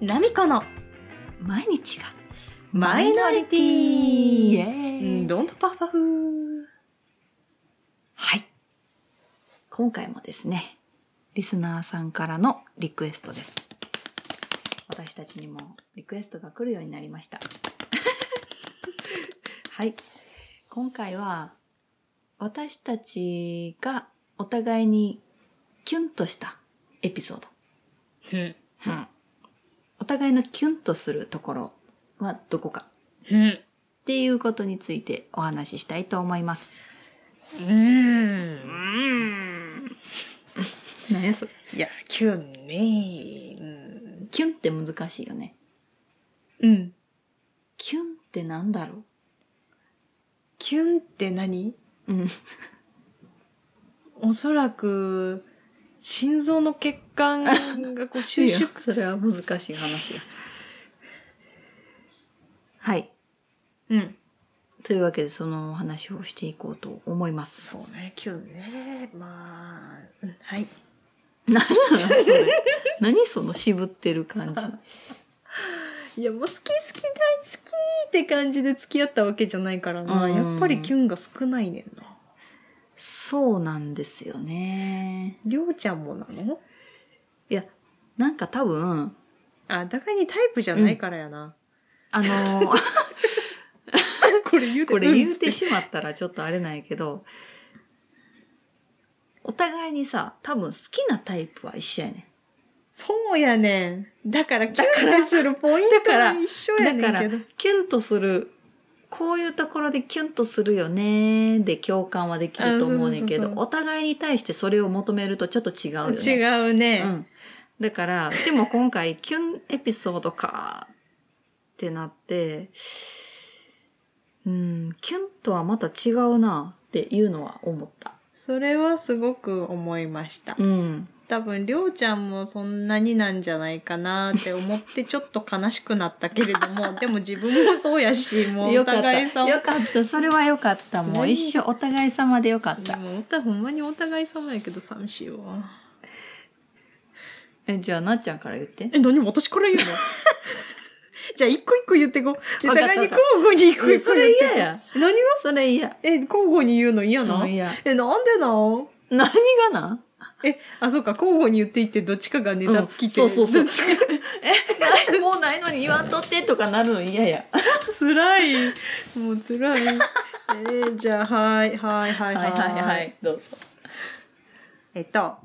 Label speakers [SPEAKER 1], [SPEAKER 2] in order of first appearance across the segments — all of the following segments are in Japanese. [SPEAKER 1] ナミコの毎日がマイノリティ
[SPEAKER 2] イエーイ
[SPEAKER 1] どんどパフパフ
[SPEAKER 2] はい。今回もですね、リスナーさんからのリクエストです。私たちにもリクエストが来るようになりました。 はい。今回は、私たちがお互いにキュンとしたエピソード。
[SPEAKER 1] ふん
[SPEAKER 2] お互いのキュンとするところはどこか
[SPEAKER 1] ふん
[SPEAKER 2] っていうことについてお話ししたいと思います。
[SPEAKER 1] うーん
[SPEAKER 2] 何やそれ
[SPEAKER 1] いやキュンねうん
[SPEAKER 2] キュンって難しいよね。
[SPEAKER 1] うん
[SPEAKER 2] キュンってなんだろ
[SPEAKER 1] キュンって何
[SPEAKER 2] ううん。
[SPEAKER 1] おそらく心臓の血管がこう収縮
[SPEAKER 2] それは難しい話や。はい。
[SPEAKER 1] うん
[SPEAKER 2] というわけでそのお話をしていこうと思います。
[SPEAKER 1] そうねキュンねまあうんはい
[SPEAKER 2] 何なの それ何その渋ってる感じ。
[SPEAKER 1] いやもう好き好き大好きって感じで付き合ったわけじゃないからな、
[SPEAKER 2] うん
[SPEAKER 1] やっぱりキュンが少ないねんな
[SPEAKER 2] そうなんですよね。
[SPEAKER 1] りょうちゃんもなの
[SPEAKER 2] いや、なんか多分、
[SPEAKER 1] あ互いにタイプじゃないからやな、
[SPEAKER 2] あのー
[SPEAKER 1] これ言うて
[SPEAKER 2] これ言うて
[SPEAKER 1] し
[SPEAKER 2] しまったらちょっとあれなんやけど、お互いにさ、多分好きなタイプは一緒やねん。
[SPEAKER 1] そうやねんだからキュン
[SPEAKER 2] だから
[SPEAKER 1] ってするポイント
[SPEAKER 2] だから
[SPEAKER 1] が一緒やねんけど
[SPEAKER 2] キュンとするこういうところでキュンとするよねで共感はできると思うねんけ
[SPEAKER 1] あそうそう
[SPEAKER 2] ど
[SPEAKER 1] そうそう
[SPEAKER 2] お互いに対してそれを求めるとちょっと違うよね。
[SPEAKER 1] 違うね、
[SPEAKER 2] うん、だからうちも今回キュンエピソードかってなってうんキュンとはまた違うなっていうのは思った。
[SPEAKER 1] それはすごく思いました
[SPEAKER 2] うん、
[SPEAKER 1] 多分りょうちゃんもそんなになんじゃないかなって思ってちょっと悲しくなったけれど もでも自分もそうやしもうお
[SPEAKER 2] よかっ
[SPEAKER 1] 互い
[SPEAKER 2] た
[SPEAKER 1] 様
[SPEAKER 2] よかったそれはよかったもう
[SPEAKER 1] 何
[SPEAKER 2] 一緒お互い様でよかっ
[SPEAKER 1] で
[SPEAKER 2] た。
[SPEAKER 1] もおたほんまにお互い様やけど寂しいわ
[SPEAKER 2] えじゃあなっちゃんから言って。
[SPEAKER 1] え何も私から言うの じゃあ一個一個言ってこうお
[SPEAKER 2] わかった
[SPEAKER 1] 互いに交互に一個
[SPEAKER 2] いや
[SPEAKER 1] 一個
[SPEAKER 2] そ
[SPEAKER 1] 言っ
[SPEAKER 2] れ
[SPEAKER 1] てこ
[SPEAKER 2] 嫌や。
[SPEAKER 1] う何が
[SPEAKER 2] それ嫌。
[SPEAKER 1] え交互に言うの嫌な、
[SPEAKER 2] うんいや
[SPEAKER 1] えなんでなん
[SPEAKER 2] 何がな
[SPEAKER 1] えあそうか交互に言っていってどっちかがネタつきて、
[SPEAKER 2] うんそうそうそう
[SPEAKER 1] どっちか
[SPEAKER 2] んもうないのに言わんとってとかなるの嫌や。
[SPEAKER 1] つらいもうつらいえーじゃあはいはいは
[SPEAKER 2] はいいはいはい、どうぞ。
[SPEAKER 1] えっと、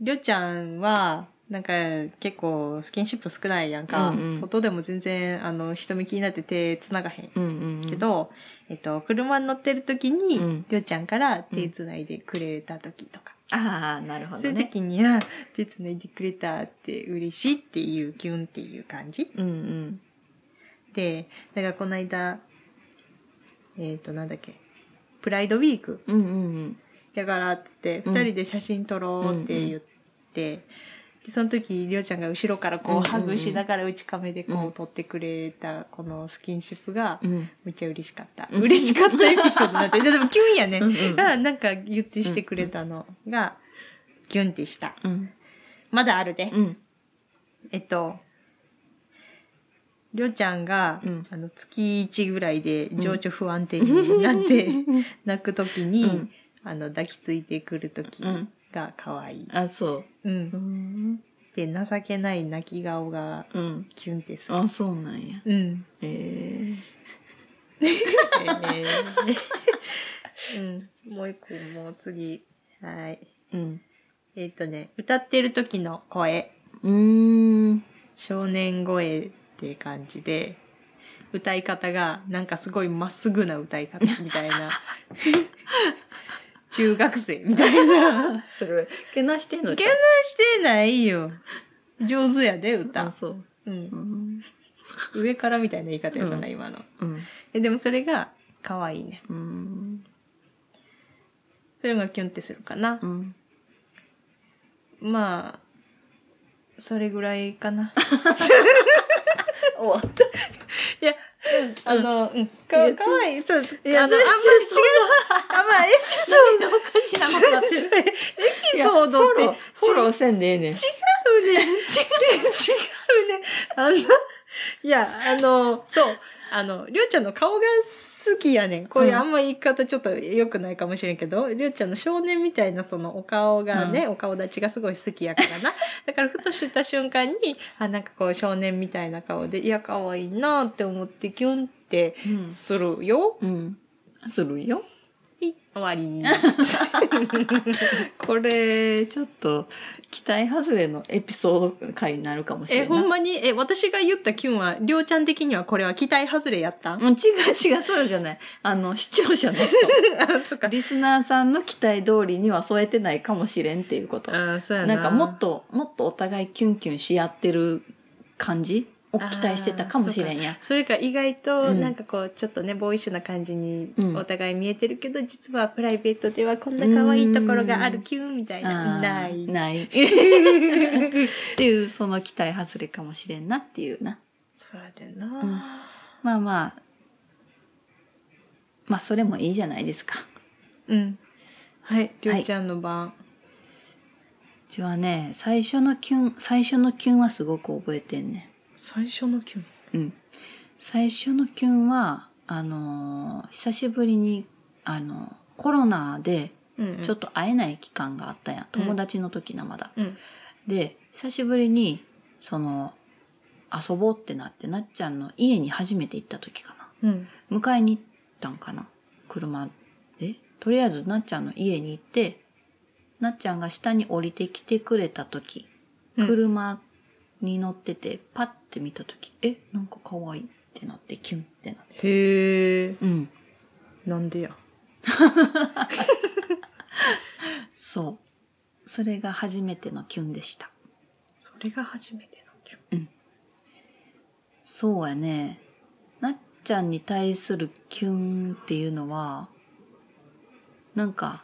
[SPEAKER 1] りょちゃんは、なんか結構スキンシップ少ないやんか、
[SPEAKER 2] うんうん
[SPEAKER 1] 外でも全然あの人見気になって手繋がへん
[SPEAKER 2] うんうん
[SPEAKER 1] け、ど、えっと、車に乗ってる時に、
[SPEAKER 2] うん
[SPEAKER 1] りょちゃんから手繋いでくれた時とか、
[SPEAKER 2] ああ、なるほ
[SPEAKER 1] そう
[SPEAKER 2] ど
[SPEAKER 1] いう
[SPEAKER 2] ね。
[SPEAKER 1] 時には手繋いでくれたって嬉しいっていうキュンっていう感じ
[SPEAKER 2] うんうん。
[SPEAKER 1] で、だからこの間、えっ、と、なんだっけ、プライドウィーク
[SPEAKER 2] うんうん
[SPEAKER 1] だからっつって、
[SPEAKER 2] うん
[SPEAKER 1] 二人で写真撮ろうって言って、でその時りょうちゃんが後ろからこう、
[SPEAKER 2] うんうんうん
[SPEAKER 1] ハグしながら内カメでこう、
[SPEAKER 2] うん
[SPEAKER 1] 撮ってくれたこのスキンシップが、
[SPEAKER 2] うん。うん。
[SPEAKER 1] めっちゃ嬉しかった、
[SPEAKER 2] うん
[SPEAKER 1] 嬉しかったエピソードになってででもキュンやね、
[SPEAKER 2] うんうん
[SPEAKER 1] だからなんか言ってしてくれたのが、キュンってした
[SPEAKER 2] うん。
[SPEAKER 1] まだあるで、
[SPEAKER 2] うん。
[SPEAKER 1] えっとりょうちゃんが、
[SPEAKER 2] うん
[SPEAKER 1] あの月1ぐらいで情緒不安定になって、 泣く時に、
[SPEAKER 2] うん
[SPEAKER 1] あの抱きついてくる時が可愛い、、
[SPEAKER 2] あ、そうう。うんん。
[SPEAKER 1] で情けない泣き顔が
[SPEAKER 2] うん。
[SPEAKER 1] キュンでする
[SPEAKER 2] あ、そうなんや。
[SPEAKER 1] うん、
[SPEAKER 2] え
[SPEAKER 1] えーうん、もう一個もう次はい
[SPEAKER 2] えうん。
[SPEAKER 1] えっ、とね歌ってる時の声
[SPEAKER 2] うーん。
[SPEAKER 1] 少年声って感じで歌い方がなんかすごいまっすぐな歌い方みたい な中学生みたいな
[SPEAKER 2] それ、けなしてんの
[SPEAKER 1] けなしてないよ。上手やで、
[SPEAKER 2] あ、
[SPEAKER 1] 歌。
[SPEAKER 2] そう。
[SPEAKER 1] う。
[SPEAKER 2] うんん。
[SPEAKER 1] 上からみたいな言い方やったな、今の。
[SPEAKER 2] うん。
[SPEAKER 1] え、でもそれが、可愛いね。
[SPEAKER 2] うん。
[SPEAKER 1] それがキュンってするかな
[SPEAKER 2] う。ん。
[SPEAKER 1] まあ、それぐらいかな。
[SPEAKER 2] 終わった。
[SPEAKER 1] いや、あの、うん、か
[SPEAKER 2] いや
[SPEAKER 1] かわいい。そう、そう
[SPEAKER 2] いや
[SPEAKER 1] あの、あんまり違う
[SPEAKER 2] 全然。
[SPEAKER 1] あ、まあ、エピソー
[SPEAKER 2] おかしい
[SPEAKER 1] ド。エピソードっ
[SPEAKER 2] フ
[SPEAKER 1] て
[SPEAKER 2] ォロー、フォローせんでええねん。
[SPEAKER 1] 違うね。違うね。あの、いや、あの、そう。あの、りょうちゃんの顔が好きやねん。こういううんあんま言い方ちょっと良くないかもしれんけど、りょうちゃんの少年みたいなそのお顔がね、お顔立ちがすごい好きやからな。だからふとした瞬間に、あ、なんかこう少年みたいな顔で、いや、可愛いなって思ってキュンって
[SPEAKER 2] うん
[SPEAKER 1] するよ。
[SPEAKER 2] うん。するよ。
[SPEAKER 1] はい終わり。
[SPEAKER 2] これ、ちょっと、期待外れのエピソード回になるかもし
[SPEAKER 1] え、
[SPEAKER 2] れ
[SPEAKER 1] ほ
[SPEAKER 2] ない。
[SPEAKER 1] んまに、え、私が言ったキュンは、りょうちゃん的にはこれは期待外れやったん
[SPEAKER 2] うん、違う違う、そうじゃない。あの、視聴者の人。
[SPEAKER 1] そっか。
[SPEAKER 2] リスナーさんの期待通りには添えてないかもしれんっていうこと。
[SPEAKER 1] あーそうやな。
[SPEAKER 2] なんかもっと、もっとお互いキュンキュンし合ってる感じを期待してたかもしれんや。
[SPEAKER 1] それか意外と
[SPEAKER 2] うん
[SPEAKER 1] なんかこうちょっとね、ボーイッシュな感じに
[SPEAKER 2] うん
[SPEAKER 1] お互い見えてるけど、実はプライベートではこんな可愛いところがあるキュンみたい
[SPEAKER 2] あー
[SPEAKER 1] なない
[SPEAKER 2] ない。っていう、その期待外れかもしれんなっていうな。
[SPEAKER 1] そらでな、
[SPEAKER 2] んまあまあ、まあそれもいいじゃないですか。
[SPEAKER 1] うん、はいりょうちゃんの番、
[SPEAKER 2] うちはね、最初のキュン、最初のキュンはすごく覚えてんね
[SPEAKER 1] 最初のキュン
[SPEAKER 2] ん。うん。最初のキュンは、あのー久しぶりに、あのーコロナで
[SPEAKER 1] うんうん
[SPEAKER 2] ちょっと会えない期間があったやん。友達の時なまだ。
[SPEAKER 1] うん
[SPEAKER 2] で、久しぶりに、その、遊ぼうってなって、なっちゃんの家に初めて行った時かな。
[SPEAKER 1] うん
[SPEAKER 2] 迎えに行ったんかな車でとりあえずなっちゃんの家に行ってなっちゃんが下に降りてきてくれた時
[SPEAKER 1] うん
[SPEAKER 2] 車に乗っててパッて見た時、えなんか可愛いってなってキュンってなって
[SPEAKER 1] へえ
[SPEAKER 2] うん
[SPEAKER 1] なんでや
[SPEAKER 2] そうそれが初めてのキュンでした
[SPEAKER 1] それが初めてのキュン
[SPEAKER 2] そうやねなっちゃんに対するキュンっていうのはなんか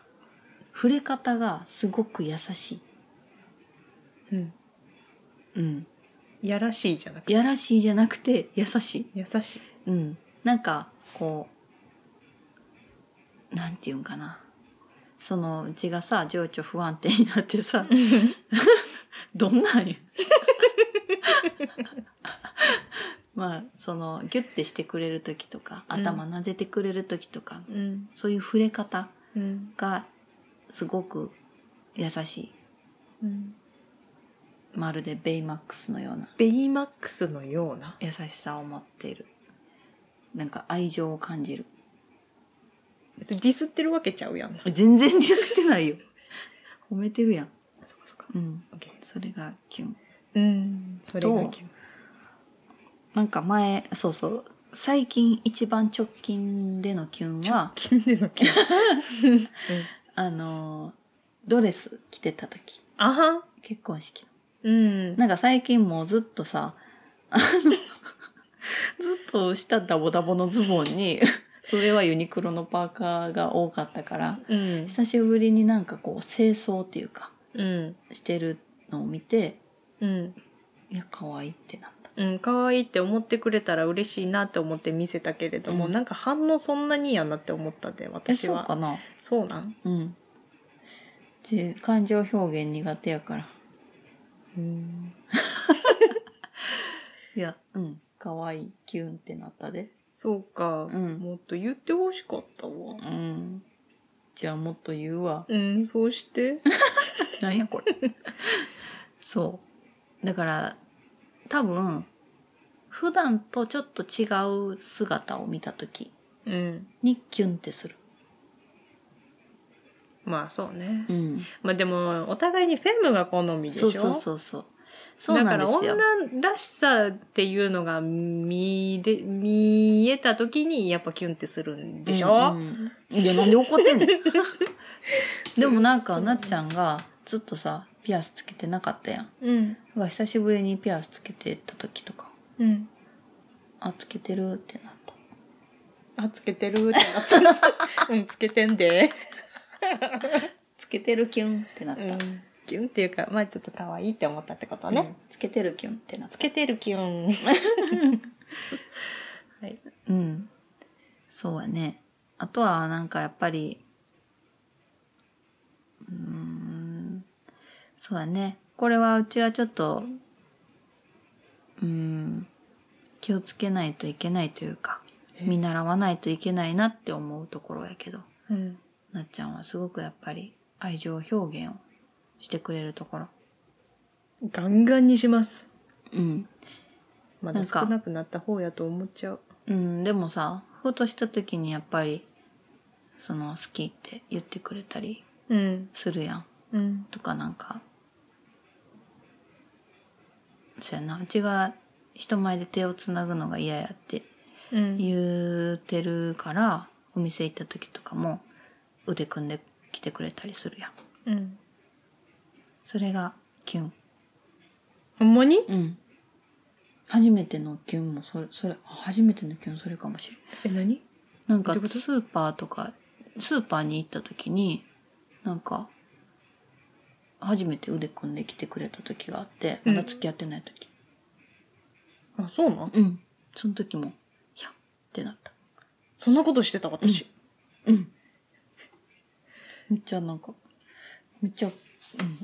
[SPEAKER 2] 触れ方がすごく優し
[SPEAKER 1] うん
[SPEAKER 2] いうん
[SPEAKER 1] やらしいじゃなくて
[SPEAKER 2] やらしいじゃなくて優しい。
[SPEAKER 1] 優しい
[SPEAKER 2] うん。なんか、こう、なんていうんかな。そのうちがさ、情緒不安定になってさ、どんなんや。 まあ、その、ギュッてしてくれる時とか、
[SPEAKER 1] うん
[SPEAKER 2] 頭撫でてくれる時とか、
[SPEAKER 1] うん
[SPEAKER 2] そういう触れ方
[SPEAKER 1] うん
[SPEAKER 2] がすごく優しい。
[SPEAKER 1] うん
[SPEAKER 2] まるでベイマックスのような。
[SPEAKER 1] ベイマックスのような
[SPEAKER 2] 優しさを持っているなんか愛情を感じる
[SPEAKER 1] それディスってるわけちゃうやんな
[SPEAKER 2] 全然ディスってないよ 褒めてるやん
[SPEAKER 1] そっかそっか
[SPEAKER 2] うん
[SPEAKER 1] オッケー
[SPEAKER 2] それがキュン
[SPEAKER 1] うん、それが
[SPEAKER 2] と
[SPEAKER 1] 気分
[SPEAKER 2] なんか前そうそう最近一番直近でのキュンは
[SPEAKER 1] 金での気分。うん
[SPEAKER 2] あのドレス着てた時
[SPEAKER 1] あは。
[SPEAKER 2] 結婚式の
[SPEAKER 1] うん。
[SPEAKER 2] なんか最近もうずっとさあのずっと下ダボダボのズボンに上はユニクロのパーカーが多かったから
[SPEAKER 1] うん。
[SPEAKER 2] 久しぶりになんかこう清掃っていうか
[SPEAKER 1] うん。
[SPEAKER 2] してるのを見て
[SPEAKER 1] うん。
[SPEAKER 2] いや可愛いってなった
[SPEAKER 1] うん。可愛いって思ってくれたら嬉しいなって思って見せたけれども、
[SPEAKER 2] うん
[SPEAKER 1] なんか反応そんなにやなって思ったで、
[SPEAKER 2] え
[SPEAKER 1] 私
[SPEAKER 2] そう
[SPEAKER 1] は。
[SPEAKER 2] かな
[SPEAKER 1] そうなん
[SPEAKER 2] うんで感情表現苦手やから
[SPEAKER 1] うん。
[SPEAKER 2] いやうん可愛いキュンってなったで
[SPEAKER 1] そうか。
[SPEAKER 2] うん
[SPEAKER 1] もっと言ってほしかったわ。
[SPEAKER 2] うんじゃあもっと言うわ
[SPEAKER 1] うん、そうして。
[SPEAKER 2] なんやこれそうだから多分普段とちょっと違う姿を見た時
[SPEAKER 1] うん。
[SPEAKER 2] にキュンってする
[SPEAKER 1] まあそうね。
[SPEAKER 2] ん
[SPEAKER 1] まあでも、お互いにフェムが好みでし
[SPEAKER 2] そ
[SPEAKER 1] ょ
[SPEAKER 2] うそうそうそうそう
[SPEAKER 1] だ
[SPEAKER 2] な
[SPEAKER 1] か
[SPEAKER 2] ん
[SPEAKER 1] ら
[SPEAKER 2] です
[SPEAKER 1] 女
[SPEAKER 2] よ
[SPEAKER 1] らしさっていうのが見れ見えた時にやっぱキュンってするんでしょ、
[SPEAKER 2] うんうんいやなんで怒ってん のでもなんかなっちゃんがずっとさピアスつけてなかったやん
[SPEAKER 1] うん
[SPEAKER 2] だから久しぶりにピアスつけてた時とか
[SPEAKER 1] うん
[SPEAKER 2] あつけてるってなった
[SPEAKER 1] あつけてるって なったうんつけてんで、
[SPEAKER 2] つけてるキュンってなっ
[SPEAKER 1] う
[SPEAKER 2] た、
[SPEAKER 1] ん、キュンっていうかまあちょっと可愛いって思ったってことね、
[SPEAKER 2] うんつけてるキュンってなっ
[SPEAKER 1] つ
[SPEAKER 2] た
[SPEAKER 1] けてるキュンはい
[SPEAKER 2] うんそうやねあとはなんかやっぱりうーんそうやねこれはうちはちょっとうん、気をつけないといけないというか、
[SPEAKER 1] え
[SPEAKER 2] 見習わないといけないなって思うところやけど、
[SPEAKER 1] うん、
[SPEAKER 2] なっちゃんはすごくやっぱり愛情表現をしてくれるところ。
[SPEAKER 1] ガンガンにします
[SPEAKER 2] うん。
[SPEAKER 1] ま
[SPEAKER 2] な
[SPEAKER 1] だ
[SPEAKER 2] んか
[SPEAKER 1] 少なくなった方やと思っちゃう
[SPEAKER 2] うん、でもさ、ふとした時にやっぱり、その好きって言ってくれたり
[SPEAKER 1] うん
[SPEAKER 2] するやん。
[SPEAKER 1] うん
[SPEAKER 2] とかなんか、そやな、うちが人前で手をつなぐのが嫌やって
[SPEAKER 1] うん
[SPEAKER 2] 言うてるから、お店行った時とかも腕組んできてくれたりするやん。
[SPEAKER 1] うん
[SPEAKER 2] それがキュン。
[SPEAKER 1] ほんまに
[SPEAKER 2] うん。初めてのキュンもそれ、それ、初めてのキュンそれかもしれん。
[SPEAKER 1] え何
[SPEAKER 2] なんか
[SPEAKER 1] どういうこと
[SPEAKER 2] スーパーとか、スーパーに行った時に、なんか、初めて腕組んできてくれた時があって、
[SPEAKER 1] う
[SPEAKER 2] ま
[SPEAKER 1] ん
[SPEAKER 2] だ付き合ってない時。
[SPEAKER 1] あそうなん
[SPEAKER 2] うん。その時も、ひゃってなった。
[SPEAKER 1] そんなことしてた私、
[SPEAKER 2] うん。めっちゃなんか、めっちゃ、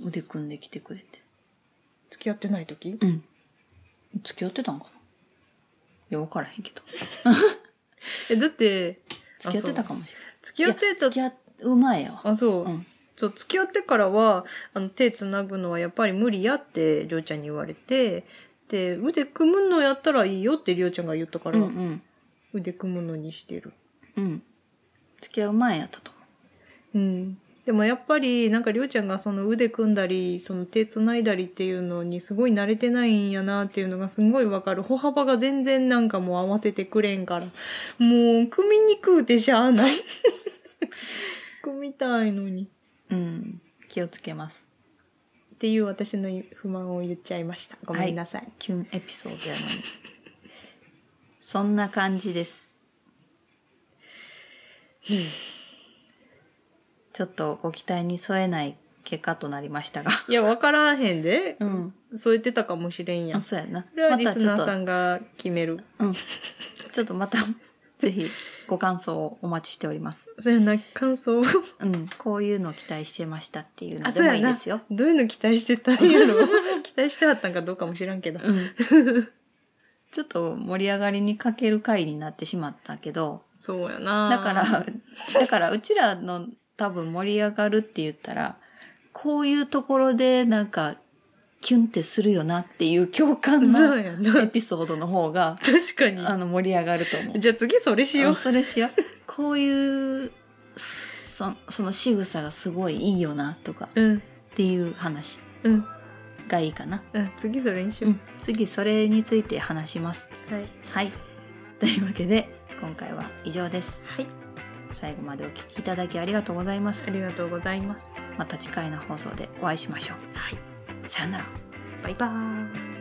[SPEAKER 2] うん、腕組んできてくれて。
[SPEAKER 1] 付き合ってない時
[SPEAKER 2] うん。付き合ってたんかないや、わからへんけど。
[SPEAKER 1] えだってあ
[SPEAKER 2] 付き合ってたかもしれない。
[SPEAKER 1] 付き合ってた
[SPEAKER 2] いや付き合う前やわ。
[SPEAKER 1] あそう、
[SPEAKER 2] うん。
[SPEAKER 1] そう付き合ってからはあの手つなぐのはやっぱり無理やってりょうちゃんに言われてで腕組むのやったらいいよってりょうちゃんが言ったか
[SPEAKER 2] う
[SPEAKER 1] ら、
[SPEAKER 2] んうん。
[SPEAKER 1] 腕組むのにしてる、
[SPEAKER 2] うん。付き合う前やったと思
[SPEAKER 1] うん、でもやっぱりなんかりょうちゃんがその腕組んだりその手つないだりっていうのにすごい慣れてないんやなっていうのがすごいわかる歩幅が全然なんかもう合わせてくれんからもう組みにくうてしゃあない 組みたいのに
[SPEAKER 2] う。うん。気をつけます。
[SPEAKER 1] っていう私の不満を言っちゃいましたごめんなさい
[SPEAKER 2] キュンエピソードやのに。そんな感じです。ちょっとご期待に添えない結果となりましたが。
[SPEAKER 1] いや、わからへんで。
[SPEAKER 2] うん。
[SPEAKER 1] そう言ってたかもしれんや
[SPEAKER 2] あ、
[SPEAKER 1] ん。
[SPEAKER 2] そうやな。
[SPEAKER 1] それは
[SPEAKER 2] ま
[SPEAKER 1] リ
[SPEAKER 2] た
[SPEAKER 1] ス
[SPEAKER 2] ちょ
[SPEAKER 1] ナ
[SPEAKER 2] っ
[SPEAKER 1] ーさ
[SPEAKER 2] と、
[SPEAKER 1] んが決める。
[SPEAKER 2] うん。ちょっとまた、ぜひご感想をお待ちしております。
[SPEAKER 1] そうやな、感想を。
[SPEAKER 2] うん。こういうのを期待してましたっていうの
[SPEAKER 1] あ、
[SPEAKER 2] で
[SPEAKER 1] そう
[SPEAKER 2] も
[SPEAKER 1] や
[SPEAKER 2] いい
[SPEAKER 1] な。
[SPEAKER 2] ですよ。
[SPEAKER 1] どういうの期待してたんやろ 期待してはったんかどうかも知らんけど。
[SPEAKER 2] うん ちょっと盛り上がりに欠ける回になってしまったけど、
[SPEAKER 1] そうやな。
[SPEAKER 2] だから、 だからうちらの多分盛り上がるって言ったら、こういうところでなんか、キュンってするよなっていう共感
[SPEAKER 1] そ
[SPEAKER 2] の
[SPEAKER 1] うやな。
[SPEAKER 2] エピソードの方が、
[SPEAKER 1] 確か
[SPEAKER 2] あ
[SPEAKER 1] に。
[SPEAKER 2] の盛り上がると思う。
[SPEAKER 1] じゃあ次それしよ
[SPEAKER 2] うん
[SPEAKER 1] う。
[SPEAKER 2] それしよう。こういう、そその仕草がすごいいいよなとか
[SPEAKER 1] うん。
[SPEAKER 2] っていう話
[SPEAKER 1] うん。
[SPEAKER 2] がいいかな。
[SPEAKER 1] うん。次それにし
[SPEAKER 2] う
[SPEAKER 1] よ
[SPEAKER 2] ん。次それについて話します。
[SPEAKER 1] う。はい。
[SPEAKER 2] はい。というわけで、今回は以上です。
[SPEAKER 1] はい。
[SPEAKER 2] 最後までお聞きいただきありがとうございま
[SPEAKER 1] あ
[SPEAKER 2] す。
[SPEAKER 1] りがとうございます。
[SPEAKER 2] また次回の放送でお会いしましょう。
[SPEAKER 1] はい。
[SPEAKER 2] さよなら。
[SPEAKER 1] バイバーイ。